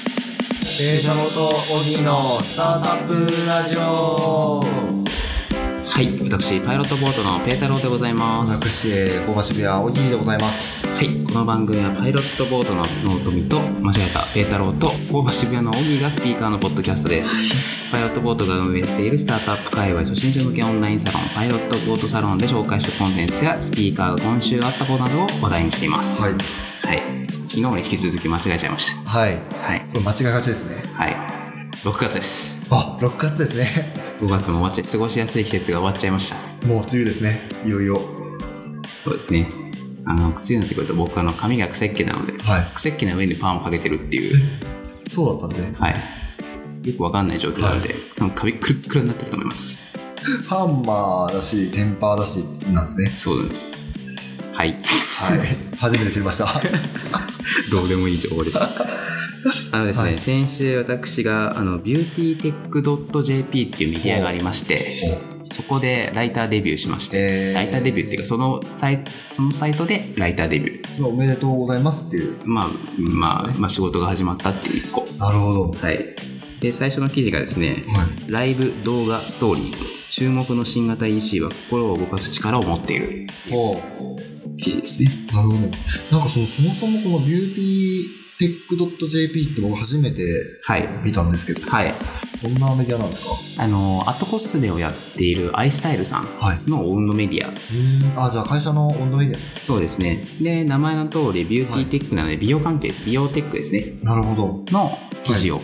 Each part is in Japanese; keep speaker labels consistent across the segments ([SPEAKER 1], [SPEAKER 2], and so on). [SPEAKER 1] ペータロとオギーのスタートアップラジオ
[SPEAKER 2] はい、私パイロットボートのペータローでございます。
[SPEAKER 1] 私、えー、香ばし部屋オギーでございます
[SPEAKER 2] はい、この番組はパイロットボートのノートミと間違えたペータローと大橋渋谷のオギーがスピーカーのポッドキャストです。パイロットボートが運営しているスタートアップ界隈初心者向けオンラインサロンパイロットボートサロンで紹介したコンテンツやスピーカーが今週あったことなどを話題にしています。
[SPEAKER 1] はい
[SPEAKER 2] はい。昨日に引き続き間違えちゃいまし
[SPEAKER 1] はい
[SPEAKER 2] た。はい。
[SPEAKER 1] これ間違いがちですね
[SPEAKER 2] はい。6月です。
[SPEAKER 1] あ6月ですね
[SPEAKER 2] 5月も終わっちゃい、過ごしやすい季節が終わっちゃいました。
[SPEAKER 1] もう梅雨ですねいよいよ
[SPEAKER 2] そうですね。あの、靴になってくると僕あの髪が癖っ気なので、
[SPEAKER 1] は
[SPEAKER 2] 癖っ気な上にパンをかけてるっていう、
[SPEAKER 1] いそうだったんですね
[SPEAKER 2] はい。よくわかんない状況なので、多分髪くるっくるになってると思います。
[SPEAKER 1] ハンマーだしテンパーだしなんですね
[SPEAKER 2] そうなんです。はい。
[SPEAKER 1] はい 初めて知りましたは
[SPEAKER 2] どうでもいい情報 でした。あのですね、
[SPEAKER 1] はい
[SPEAKER 2] 先週私があの beautytech.jp っていうメディアがありまして、そこでライターデビューしまして、
[SPEAKER 1] えー
[SPEAKER 2] ライターデビューっていうかそのサイそのサイトでライターデビュー。
[SPEAKER 1] いおめでとうございますっていう
[SPEAKER 2] まあ、まあ、まあ仕事が始まったっていう一個。
[SPEAKER 1] なるほどはい
[SPEAKER 2] はい、で最初の記事がですね「ライブ動画ストーリー注目の新型 EC は心を動かす力を持っている
[SPEAKER 1] ほう」
[SPEAKER 2] 記事ですね
[SPEAKER 1] なるほどなんかそのそもそもこのビューティーテックドット .jp って僕初めて
[SPEAKER 2] はい
[SPEAKER 1] 見たんですけど
[SPEAKER 2] はい
[SPEAKER 1] どんなメディアなんですか
[SPEAKER 2] あのアットコスメをやっているアイスタイルさん
[SPEAKER 1] はい
[SPEAKER 2] のオウンドメディア
[SPEAKER 1] あじゃあ会社の温度メディアです
[SPEAKER 2] そうですねで名前の通りビューティーテックなので美容関係です美容テックですね
[SPEAKER 1] なるほどは
[SPEAKER 2] の記事を
[SPEAKER 1] い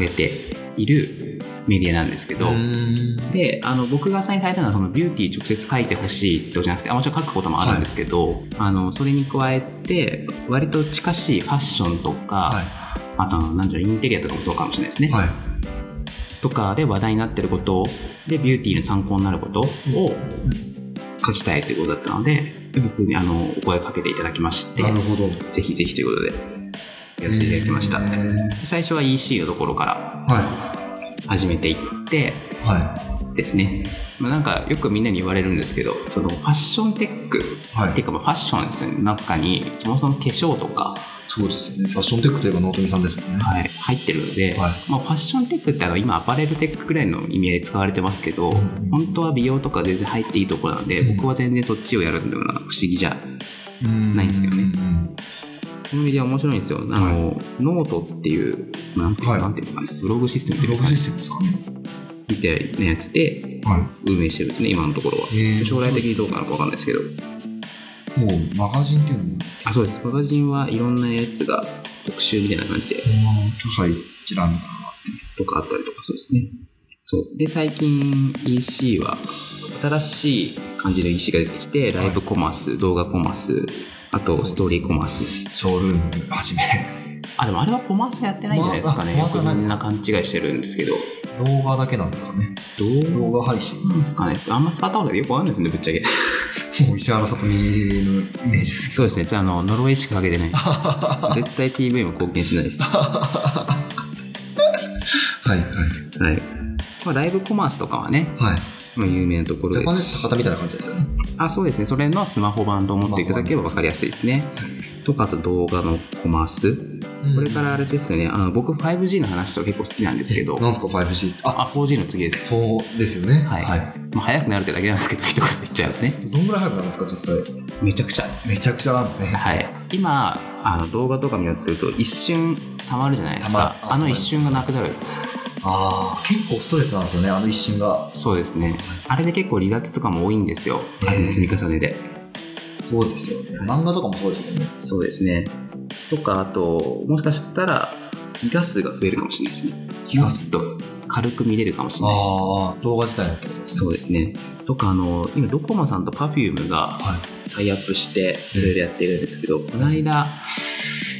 [SPEAKER 2] 上げているメディアなんですけど、
[SPEAKER 1] ん
[SPEAKER 2] であの僕が最初にされたのはそのビューティー直接書いてほしいってことじゃなくてあもちろん書くこともあるんですけど、あのそれに加えて割と近しいファッションとか、
[SPEAKER 1] はい
[SPEAKER 2] あと何インテリアとかもそうかもしれないですね、
[SPEAKER 1] はい
[SPEAKER 2] とかで話題になってることでビューティーの参考になることを書きたいということだったのでで僕にあのお声かけていただきまして
[SPEAKER 1] なるほどや
[SPEAKER 2] ぜひぜひということでやらせていただきました、最初は EC のところから
[SPEAKER 1] は
[SPEAKER 2] 始めていって
[SPEAKER 1] いは
[SPEAKER 2] ですね、まあ、なんかよくみんなに言われるんですけどそのファッションテック、
[SPEAKER 1] はい
[SPEAKER 2] っていうかまあファッションですねの中にそもそも化粧とか、
[SPEAKER 1] いそうですよねファッションテックといえば納富さんですもんね
[SPEAKER 2] はい、入ってるの
[SPEAKER 1] は
[SPEAKER 2] で、
[SPEAKER 1] い
[SPEAKER 2] まあ、ファッションテックってあの今アパレルテックぐらいの意味合いで使われてますけど、
[SPEAKER 1] うん
[SPEAKER 2] 本当は美容とか全然入っていいところなんで、
[SPEAKER 1] うん
[SPEAKER 2] 僕は全然そっちをやるのは不思議じゃ
[SPEAKER 1] うん
[SPEAKER 2] ないんですけどね
[SPEAKER 1] うん
[SPEAKER 2] このメディア面白いんですよあの、ノートっていうまあなんていう,、
[SPEAKER 1] はい
[SPEAKER 2] なんていうのかなブログシステムっ
[SPEAKER 1] ブ
[SPEAKER 2] てい
[SPEAKER 1] ロ
[SPEAKER 2] う
[SPEAKER 1] グ
[SPEAKER 2] か
[SPEAKER 1] システムですかね
[SPEAKER 2] みたいなやつで
[SPEAKER 1] は
[SPEAKER 2] 運営してるんですね今のところは、
[SPEAKER 1] へー
[SPEAKER 2] 将来的にどうかなのか分かんないですけど
[SPEAKER 1] いもうマガジンっていうのも
[SPEAKER 2] あそうですマガジンはいろんなやつが特集みたいな感じで
[SPEAKER 1] 著者一覧みたいなのがあって
[SPEAKER 2] とかあったりとかそうですねそうで最近 EC は新しい感じの EC が出てきてライブコマース、動画コマースあ
[SPEAKER 1] そ
[SPEAKER 2] と
[SPEAKER 1] うです
[SPEAKER 2] ストーリーコマース、
[SPEAKER 1] ショールームはじめ
[SPEAKER 2] あでもあれはコマースやってないんじゃないですかね
[SPEAKER 1] コマあコマースはない
[SPEAKER 2] みんな勘違いしてるんですけど
[SPEAKER 1] 動画だけなんですかね動
[SPEAKER 2] どう
[SPEAKER 1] 画配信
[SPEAKER 2] なんですかねあんま使ったことよくわかんないですねぶっちゃけ
[SPEAKER 1] もう石原さとみのイメージですけ
[SPEAKER 2] そうですねじゃああの呪いしかかけてないです 絶対 PV も貢献しないです
[SPEAKER 1] どはいはい
[SPEAKER 2] はい、まあ、ライブコマースとかはね、
[SPEAKER 1] はい
[SPEAKER 2] まあ、有名なところ
[SPEAKER 1] ジ
[SPEAKER 2] で
[SPEAKER 1] ャパ
[SPEAKER 2] す
[SPEAKER 1] ネット方みたいな感じですよね
[SPEAKER 2] あそうですねそれのスマホ版と思っていただければ分かりやすいですねとかあと動画のコマースこれからあれですよねあの僕 5G の話とか結構好きなんですけど
[SPEAKER 1] なんですか 5G あ
[SPEAKER 2] あ 4G の次です、
[SPEAKER 1] そうですよね
[SPEAKER 2] はいまあ、早くなるってだけなんですけど一言言っちゃうとね
[SPEAKER 1] どんぐらい早くなるんですか実際
[SPEAKER 2] めちゃくちゃ
[SPEAKER 1] めちゃくちゃなんですね
[SPEAKER 2] はい今あの動画とか見ようとすると一瞬たまるじゃないですか
[SPEAKER 1] 溜まる
[SPEAKER 2] あの一瞬がなくなる
[SPEAKER 1] ああ結構ストレスなんですよねあの一瞬が
[SPEAKER 2] そうですねあれで結構離脱とかも多いんですよあれの積み重ねで
[SPEAKER 1] そうですよね漫画とかもそうですもんね
[SPEAKER 2] そうですねとかあともしかしたらギガ数が増えるかもしれないですね
[SPEAKER 1] 気がする
[SPEAKER 2] ちょっと軽く見れるかもしれないです
[SPEAKER 1] ああ動画自体のってことです
[SPEAKER 2] そうですね。とか、あの、今、ドコモさんと Perfume が
[SPEAKER 1] はい
[SPEAKER 2] タイアップして、いろいろやってるんですけど、この間、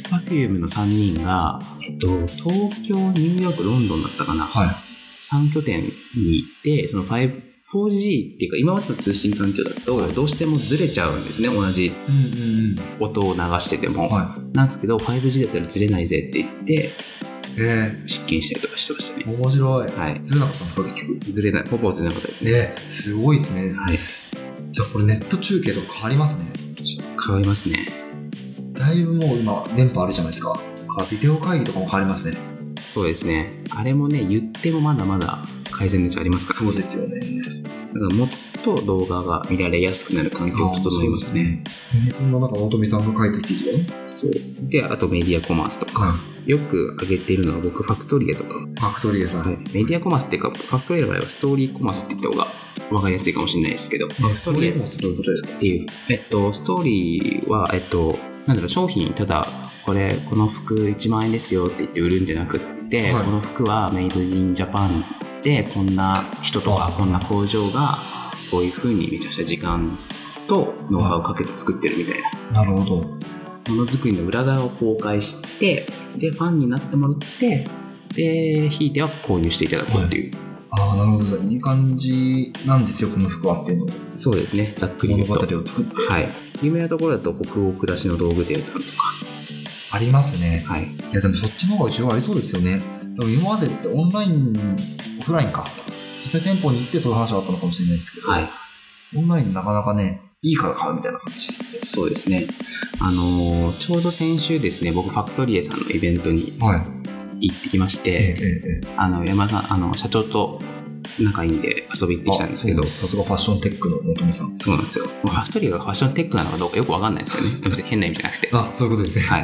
[SPEAKER 2] Perfume の3人が、えっと、東京、ニューヨーク、ロンドンだったかな。
[SPEAKER 1] はい
[SPEAKER 2] 3拠点に行って、その 5G っていうか、今までの通信環境だと、
[SPEAKER 1] はい
[SPEAKER 2] どうしてもずれちゃうんですね、同じ
[SPEAKER 1] うんうん
[SPEAKER 2] 音を流してても。
[SPEAKER 1] は
[SPEAKER 2] なんですけど、5G だったらずれないぜって言って、
[SPEAKER 1] いえ
[SPEAKER 2] 実験したりとかしてました
[SPEAKER 1] え
[SPEAKER 2] ね。
[SPEAKER 1] 面白い
[SPEAKER 2] はい。
[SPEAKER 1] ずれなかったんですか結局
[SPEAKER 2] ずれない、ほぼずれなかったですね。
[SPEAKER 1] ねすごいですね
[SPEAKER 2] はい。
[SPEAKER 1] じゃあこれネット中継とか変わりますね
[SPEAKER 2] 変わりますね。
[SPEAKER 1] だいぶもう今電波あるじゃないですかビデオ会議とかも変わりますね
[SPEAKER 2] そうですね。あれもね、言ってもまだまだ改善の余地ありますから、
[SPEAKER 1] そうですよね。
[SPEAKER 2] だからもっと動画が見られやすくなる環境を整えますね。
[SPEAKER 1] えーそんな中、納富さんが書いた記事が
[SPEAKER 2] そうで、あとメディアコマースとか。
[SPEAKER 1] はい。
[SPEAKER 2] よく挙げているのは僕、ファクトリエとか。
[SPEAKER 1] ファクトリエさん。
[SPEAKER 2] はい、メディアコマースっていうか、ファクトリエの場合はストーリーコマースって言った方が分かりやすいかもしれないですけど。
[SPEAKER 1] あ、ストーリーコマースってどういうことですか
[SPEAKER 2] っていう、えっと、ストーリーは、えっと、なんだろう、商品、ただ、これ、この服1万円ですよって言って売るんじゃなくって、
[SPEAKER 1] はい
[SPEAKER 2] この服はメイドインジャパンで、こんな人とか、こんな工場が、こういう風にめちゃくちゃ時間とノウハウをかけて作ってるみたいな。
[SPEAKER 1] なるほど。
[SPEAKER 2] ものづくりの裏側を公開して、で、ファンになってもらって、で、ひいては購入していただこうっていう。
[SPEAKER 1] ああ、なるほど。じゃあいい感じなんですよ、この服はっていうのを。
[SPEAKER 2] そうですね、ざっくり言
[SPEAKER 1] 物
[SPEAKER 2] う
[SPEAKER 1] 語
[SPEAKER 2] と。
[SPEAKER 1] を作って。
[SPEAKER 2] はい。有名なところだと、北欧暮らしの道具店さんとか。
[SPEAKER 1] ありますね。
[SPEAKER 2] はい。
[SPEAKER 1] いや、でもそっちの方が需要ありそうですよね。でも今までってオンライン、オフラインか。実際店舗に行ってそういう話があったのかもしれないですけど、
[SPEAKER 2] はい。
[SPEAKER 1] オンラインなかなかね、いいから買うみたいな感じです。
[SPEAKER 2] そうですね。あのーちょうど先週ですね、僕、ファクトリエさんのイベントに
[SPEAKER 1] はい。
[SPEAKER 2] 行ってきまし
[SPEAKER 1] えええ
[SPEAKER 2] て、あの、山田さん、あの、社長と仲いいんで遊び行っ
[SPEAKER 1] え
[SPEAKER 2] てきたんですけど、
[SPEAKER 1] あ
[SPEAKER 2] そ
[SPEAKER 1] そうさすがファッションテックの本富さん。
[SPEAKER 2] うなんですよ。もうファクトリエがファッションテックなのかどうかよくわかんないですよね。別に変な意味じゃなくて。
[SPEAKER 1] あ、そういうことですね。
[SPEAKER 2] は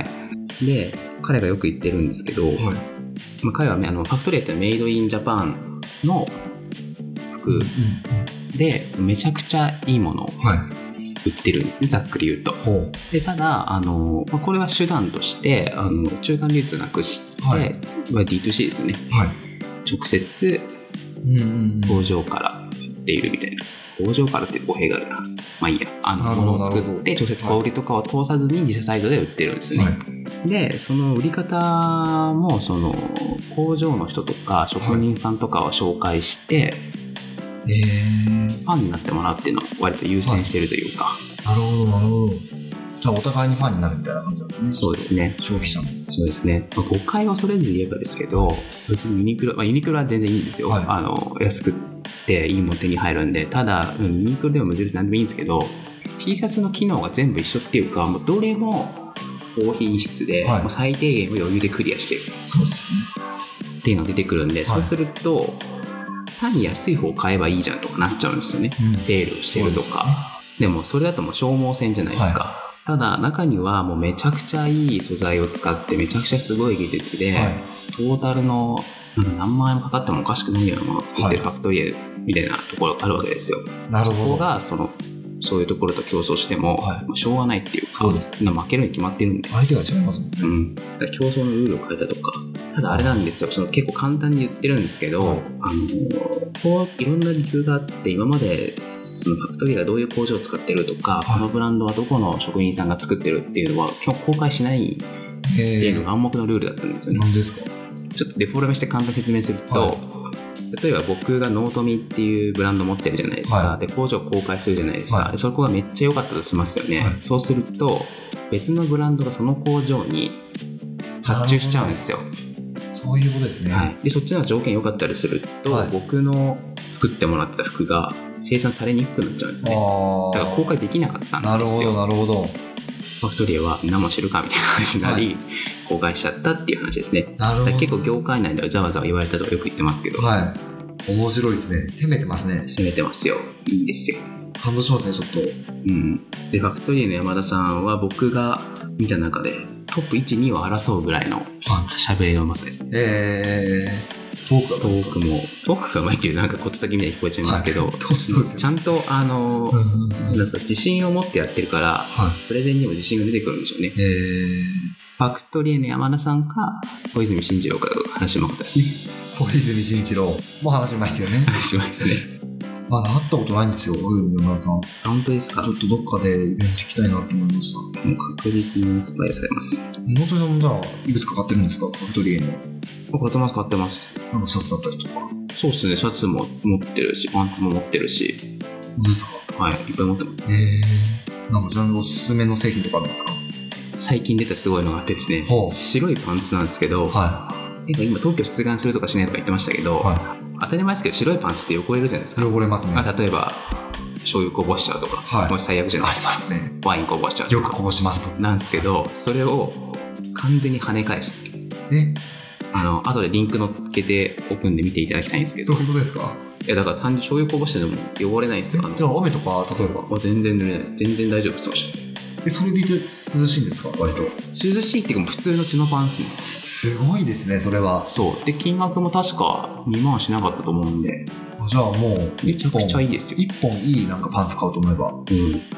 [SPEAKER 2] い。で、彼がよく言ってるんですけど、
[SPEAKER 1] はい。
[SPEAKER 2] まあ、彼はねあの、ファクトリエってメイドインジャパンの服
[SPEAKER 1] うん。
[SPEAKER 2] で、めちゃくちゃいいものを
[SPEAKER 1] はい。
[SPEAKER 2] 売ってるんですね、ざっくり言うと。
[SPEAKER 1] ほう。
[SPEAKER 2] でただあの、まあ、これは手段としてあの中間流通なくして、
[SPEAKER 1] はい
[SPEAKER 2] まあ D2C ですよね
[SPEAKER 1] はい。
[SPEAKER 2] 直接
[SPEAKER 1] うんうんうん
[SPEAKER 2] 工場から売っているみたいな、工場からって語弊があるなまあいいやあの
[SPEAKER 1] なるほど
[SPEAKER 2] 物を作って
[SPEAKER 1] なるほど
[SPEAKER 2] 直接小売りとかを通さずに自社サイトで売ってるんですよね、
[SPEAKER 1] はい。
[SPEAKER 2] でその売り方もその工場の人とか職人さんとかを紹介して、
[SPEAKER 1] ええ
[SPEAKER 2] ファンになってもらうっていうのを割と優先してるというか、
[SPEAKER 1] ー、なるほど、なるほど。じゃあお互いにファンになるみたいな感じなんですね。
[SPEAKER 2] そうですね
[SPEAKER 1] 消費者も。
[SPEAKER 2] そうですね、まあ、誤解を恐れず言えばですけど別にユニクロ、まあ、ユニクロは全然いいんですよ、
[SPEAKER 1] はい
[SPEAKER 2] あの安くていいもん手に入るんでただうんユニクロでも無印なんでもいいんですけど T シャツの機能が全部一緒っていうかもうどれも高品質で、
[SPEAKER 1] はい
[SPEAKER 2] もう最低限を余裕でクリアしてる
[SPEAKER 1] そうですよね。
[SPEAKER 2] っていうのが出てくるんで、そうすると単に安い方を買えばいいじゃんとかなっちゃうんですよね
[SPEAKER 1] うん
[SPEAKER 2] セールをしてると
[SPEAKER 1] そうですよ
[SPEAKER 2] か
[SPEAKER 1] ね
[SPEAKER 2] でもそれだともう消耗戦じゃないですか、ただ中にはもうめちゃくちゃいい素材を使ってめちゃくちゃすごい技術で、
[SPEAKER 1] はい。
[SPEAKER 2] トータルのなんか何万円もかかってもおかしくないようなものを作ってるファクトリエみたいなところがあるわけですよ。
[SPEAKER 1] なる
[SPEAKER 2] ここ
[SPEAKER 1] ほど。
[SPEAKER 2] がそのそういうところと競争しても、
[SPEAKER 1] はい
[SPEAKER 2] まあしょうがないっていうか
[SPEAKER 1] そうです
[SPEAKER 2] まあ負けるに決まってるんで、
[SPEAKER 1] 相手が違いますもんね。
[SPEAKER 2] うん、だから競争のルールを変えたとかただあれなんですよその結構簡単に言ってるんですけど、
[SPEAKER 1] はい
[SPEAKER 2] あのこういろんな理由があって今までそのファクトリエがどういう工場を使ってるとか、
[SPEAKER 1] はい
[SPEAKER 2] このブランドはどこの職人さんが作ってるっていうのは今日公開しないっ
[SPEAKER 1] え
[SPEAKER 2] て
[SPEAKER 1] え
[SPEAKER 2] いうのが暗黙のルールだったんですよね。
[SPEAKER 1] 何ですか
[SPEAKER 2] ちょっとデフォルメして簡単に説明すると、
[SPEAKER 1] は
[SPEAKER 2] 例えば僕がノートミっていうブランド持ってるじゃないですか、
[SPEAKER 1] は
[SPEAKER 2] で工場公開するじゃないですか、
[SPEAKER 1] はい
[SPEAKER 2] でそこがめっちゃ良かったとしますよね、
[SPEAKER 1] はい
[SPEAKER 2] そうすると別のブランドがその工場に発注しちゃうんですよ、
[SPEAKER 1] そういうことですね。
[SPEAKER 2] はい、でそっちの条件良かったりすると、
[SPEAKER 1] はい
[SPEAKER 2] 僕の作ってもらった服が生産されにくくなっちゃうんですね
[SPEAKER 1] あ
[SPEAKER 2] だから公
[SPEAKER 1] あ。
[SPEAKER 2] 開できなかった
[SPEAKER 1] なんる
[SPEAKER 2] で
[SPEAKER 1] ほ
[SPEAKER 2] すよ
[SPEAKER 1] ど、
[SPEAKER 2] フ
[SPEAKER 1] なるほど。
[SPEAKER 2] ァクトリエはみんなも知るかみたいな話になり、公開しちゃったっていう話ですね
[SPEAKER 1] なるほ
[SPEAKER 2] だか
[SPEAKER 1] ど。
[SPEAKER 2] ら結構業界内ではざわざわ言われたとかよく言ってますけど、
[SPEAKER 1] はい。面白いですね。攻めてますね。
[SPEAKER 2] 攻めてますよいいですよ、
[SPEAKER 1] 感動しますね、ちょっと。
[SPEAKER 2] うん、でファクトリエの山田さんは僕が見た中でトップ12を争うぐらいの
[SPEAKER 1] は
[SPEAKER 2] 喋りのうまさです
[SPEAKER 1] い。えー、トークが
[SPEAKER 2] ト
[SPEAKER 1] どうです
[SPEAKER 2] ー
[SPEAKER 1] か
[SPEAKER 2] クもトークがうまいっていうなんかこつたきみたいに聞こえちゃいますけど、
[SPEAKER 1] はいそうそうですよ
[SPEAKER 2] ちゃんとあの、
[SPEAKER 1] うん
[SPEAKER 2] な
[SPEAKER 1] うんんうん
[SPEAKER 2] ですか自信を持ってやってるから
[SPEAKER 1] は
[SPEAKER 2] プレゼンにも自信が出てくるんでしょうね
[SPEAKER 1] い。えー、
[SPEAKER 2] ファクトリエの山田さんか小泉進次郎かが話の方ですね
[SPEAKER 1] 小泉進一郎も話しましたよ ね。
[SPEAKER 2] 話しますね
[SPEAKER 1] まだ会ったことないんですよ、小泉山田さん。ち
[SPEAKER 2] 本当ですか
[SPEAKER 1] ょっとどっかでイベント行きたいなと思いました。
[SPEAKER 2] もう確実にインスパイアされます
[SPEAKER 1] 本当になんだ、いくつか買ってるんですかファクトリーへの。
[SPEAKER 2] 買ってます買ってます
[SPEAKER 1] なんかシャツだったりとか。
[SPEAKER 2] そうですねシャツも持ってるしパンツも持ってるし
[SPEAKER 1] どうですか
[SPEAKER 2] はい、いっぱい持ってます。
[SPEAKER 1] えー、なんかジャンルおすすめの製品とかあるんですか
[SPEAKER 2] 最近出たすごいのがあってですね
[SPEAKER 1] ほ、う
[SPEAKER 2] 白いパンツなんですけど、
[SPEAKER 1] は
[SPEAKER 2] なんか今東京出願するとかしないとか言ってましたけど、
[SPEAKER 1] は
[SPEAKER 2] 当たり前ですけど白いパンツって汚れるじゃないです
[SPEAKER 1] い。
[SPEAKER 2] か。
[SPEAKER 1] 汚れますね。
[SPEAKER 2] まあ、例えば、醤油こぼしちゃうとか、
[SPEAKER 1] はい
[SPEAKER 2] もう最悪じゃな
[SPEAKER 1] あ
[SPEAKER 2] い
[SPEAKER 1] り
[SPEAKER 2] ですか。
[SPEAKER 1] ますね。
[SPEAKER 2] ワインこぼしちゃうと
[SPEAKER 1] よ
[SPEAKER 2] か。
[SPEAKER 1] くこぼします。
[SPEAKER 2] なんですけど、それを完全に跳ね返す。
[SPEAKER 1] え
[SPEAKER 2] あの、後でリンク乗っけておくんで見ていただきたいんですけ
[SPEAKER 1] ど
[SPEAKER 2] ど
[SPEAKER 1] う。いうことですか
[SPEAKER 2] いや、だから単純に醤油こぼしてでも汚れないんですよ。あの
[SPEAKER 1] じゃあ雨とか例えば
[SPEAKER 2] あ全然濡れないです。全然大丈夫です。涼
[SPEAKER 1] えそれでいて涼しいんですか割と
[SPEAKER 2] しいっていうかもう普通のチノパンですね。
[SPEAKER 1] すごいですねそれは
[SPEAKER 2] そう。で、金額も確か2万しなかったと思うんで、
[SPEAKER 1] あじゃあもう
[SPEAKER 2] めちゃ
[SPEAKER 1] 一
[SPEAKER 2] く
[SPEAKER 1] 本
[SPEAKER 2] ちゃいいですよ。
[SPEAKER 1] 一本いいなんかパンツ買おうと思えば
[SPEAKER 2] うん。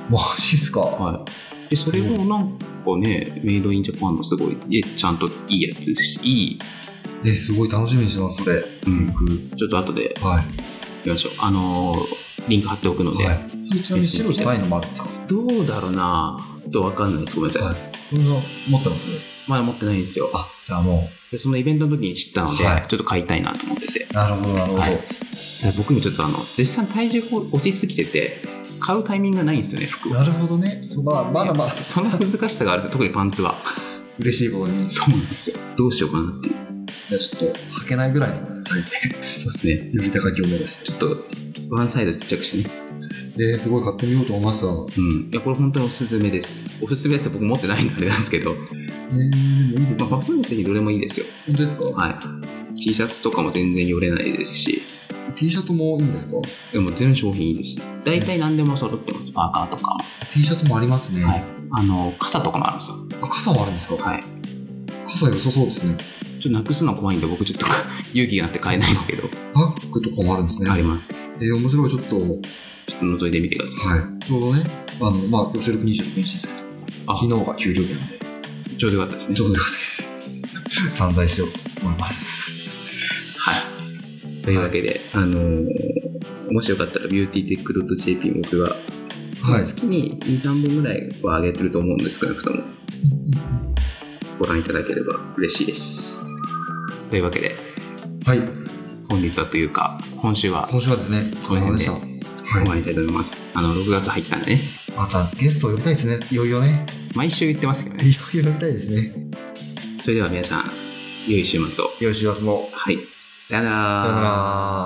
[SPEAKER 1] マジっすか、
[SPEAKER 2] はい。で、それもなんかね、メイドインジャパンのすごい、で、ちゃんといいやつし、いい、
[SPEAKER 1] えすごい楽しみにしてますそれ
[SPEAKER 2] う
[SPEAKER 1] リン
[SPEAKER 2] ん。
[SPEAKER 1] ク
[SPEAKER 2] ちょっと後で
[SPEAKER 1] はい
[SPEAKER 2] 見ましょう。あのーリンク貼っておくので、
[SPEAKER 1] はいそれちなみに白じゃないのもあるんですか
[SPEAKER 2] どうだろうなちょっとわかんないです。ごめんなさい。
[SPEAKER 1] はいそれは持ってます
[SPEAKER 2] まだ持ってないんですよ。
[SPEAKER 1] あじゃあも
[SPEAKER 2] で、そのイベントの時に知ったので、
[SPEAKER 1] はい
[SPEAKER 2] ちょっと買いたいなと思ってて。
[SPEAKER 1] うなるほどなるほど、
[SPEAKER 2] はいただ僕にちょっとあの、絶賛体重が落ちすぎてて、買うタイミングがないんですよね、服を
[SPEAKER 1] なるほどね
[SPEAKER 2] そう
[SPEAKER 1] まあまだまだ
[SPEAKER 2] その難しさがあるんですよ特にパンツは。
[SPEAKER 1] 嬉しいことに
[SPEAKER 2] そうなんですよ。どうしようかなっていう。
[SPEAKER 1] じゃあちょっと履けないぐらいのサイズで
[SPEAKER 2] そうですね。
[SPEAKER 1] より高きを目指して
[SPEAKER 2] ちょっと、ワンサイズちっちゃくしてね。
[SPEAKER 1] えー、すごい買ってみようと思いました
[SPEAKER 2] うん。いや、これ本当におすすめです。おすすめです僕持ってないんであれなんですけど。
[SPEAKER 1] えー、でもいいです
[SPEAKER 2] まあ、
[SPEAKER 1] ね
[SPEAKER 2] バ
[SPEAKER 1] 本
[SPEAKER 2] ッグの時にどれもいいですよ。
[SPEAKER 1] 当ですか、
[SPEAKER 2] はい。T シャツとかも全然よれないですし、
[SPEAKER 1] T シャツもいいんですか
[SPEAKER 2] でも全商品いいです。大体何でも揃ってます。パーカーとかも。
[SPEAKER 1] T シャツもありますね、
[SPEAKER 2] はいあの、傘とかもあるんですよ。
[SPEAKER 1] あ傘もあるんですか、
[SPEAKER 2] はい。
[SPEAKER 1] 傘良さそうですね
[SPEAKER 2] ちょっとなくすの怖いんで、僕ちょっと 勇気がなって買えないんですけど、
[SPEAKER 1] バッグとかもあるんですね、
[SPEAKER 2] あります。
[SPEAKER 1] えー、面白いちょっとは
[SPEAKER 2] ちょっと覗いてみてください。
[SPEAKER 1] いちょうどねあのまあ今日収録26日ですけど
[SPEAKER 2] あ
[SPEAKER 1] 昨日が給料日なんで
[SPEAKER 2] ちょうどよかったですね
[SPEAKER 1] ちょ。うどよかったです 散財しようと思います
[SPEAKER 2] はい。というわけで、あのーもしよかったら beautytech.jp 僕は、
[SPEAKER 1] はい、
[SPEAKER 2] 月に2、3本ぐらいは上げてると思うんですけど、少なくともご覧いただければ嬉しいです。というわけで、
[SPEAKER 1] はい
[SPEAKER 2] 本日はというか、今週は
[SPEAKER 1] 今週はですねお疲れ様でした
[SPEAKER 2] こ終
[SPEAKER 1] は
[SPEAKER 2] わ
[SPEAKER 1] い
[SPEAKER 2] りたいと思います。あの、6月入ったんでね、
[SPEAKER 1] またゲストを呼びたいですねいよいよね
[SPEAKER 2] 毎週言ってますけ
[SPEAKER 1] い
[SPEAKER 2] どね。
[SPEAKER 1] よいよ呼びたいですね
[SPEAKER 2] それでは皆さん、良い週末を。
[SPEAKER 1] よい週末も
[SPEAKER 2] はい。さよなら。
[SPEAKER 1] さよなら